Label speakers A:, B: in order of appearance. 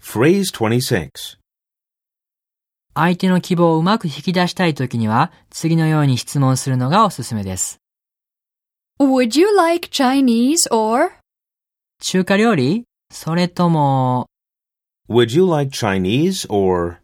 A: Phrase 26.
B: 相手の希望をうまく引き出したいときには、次のように質問するのがおすすめです。
C: Would you like Chinese or?
B: 中華料理それとも、
A: Would you like Chinese or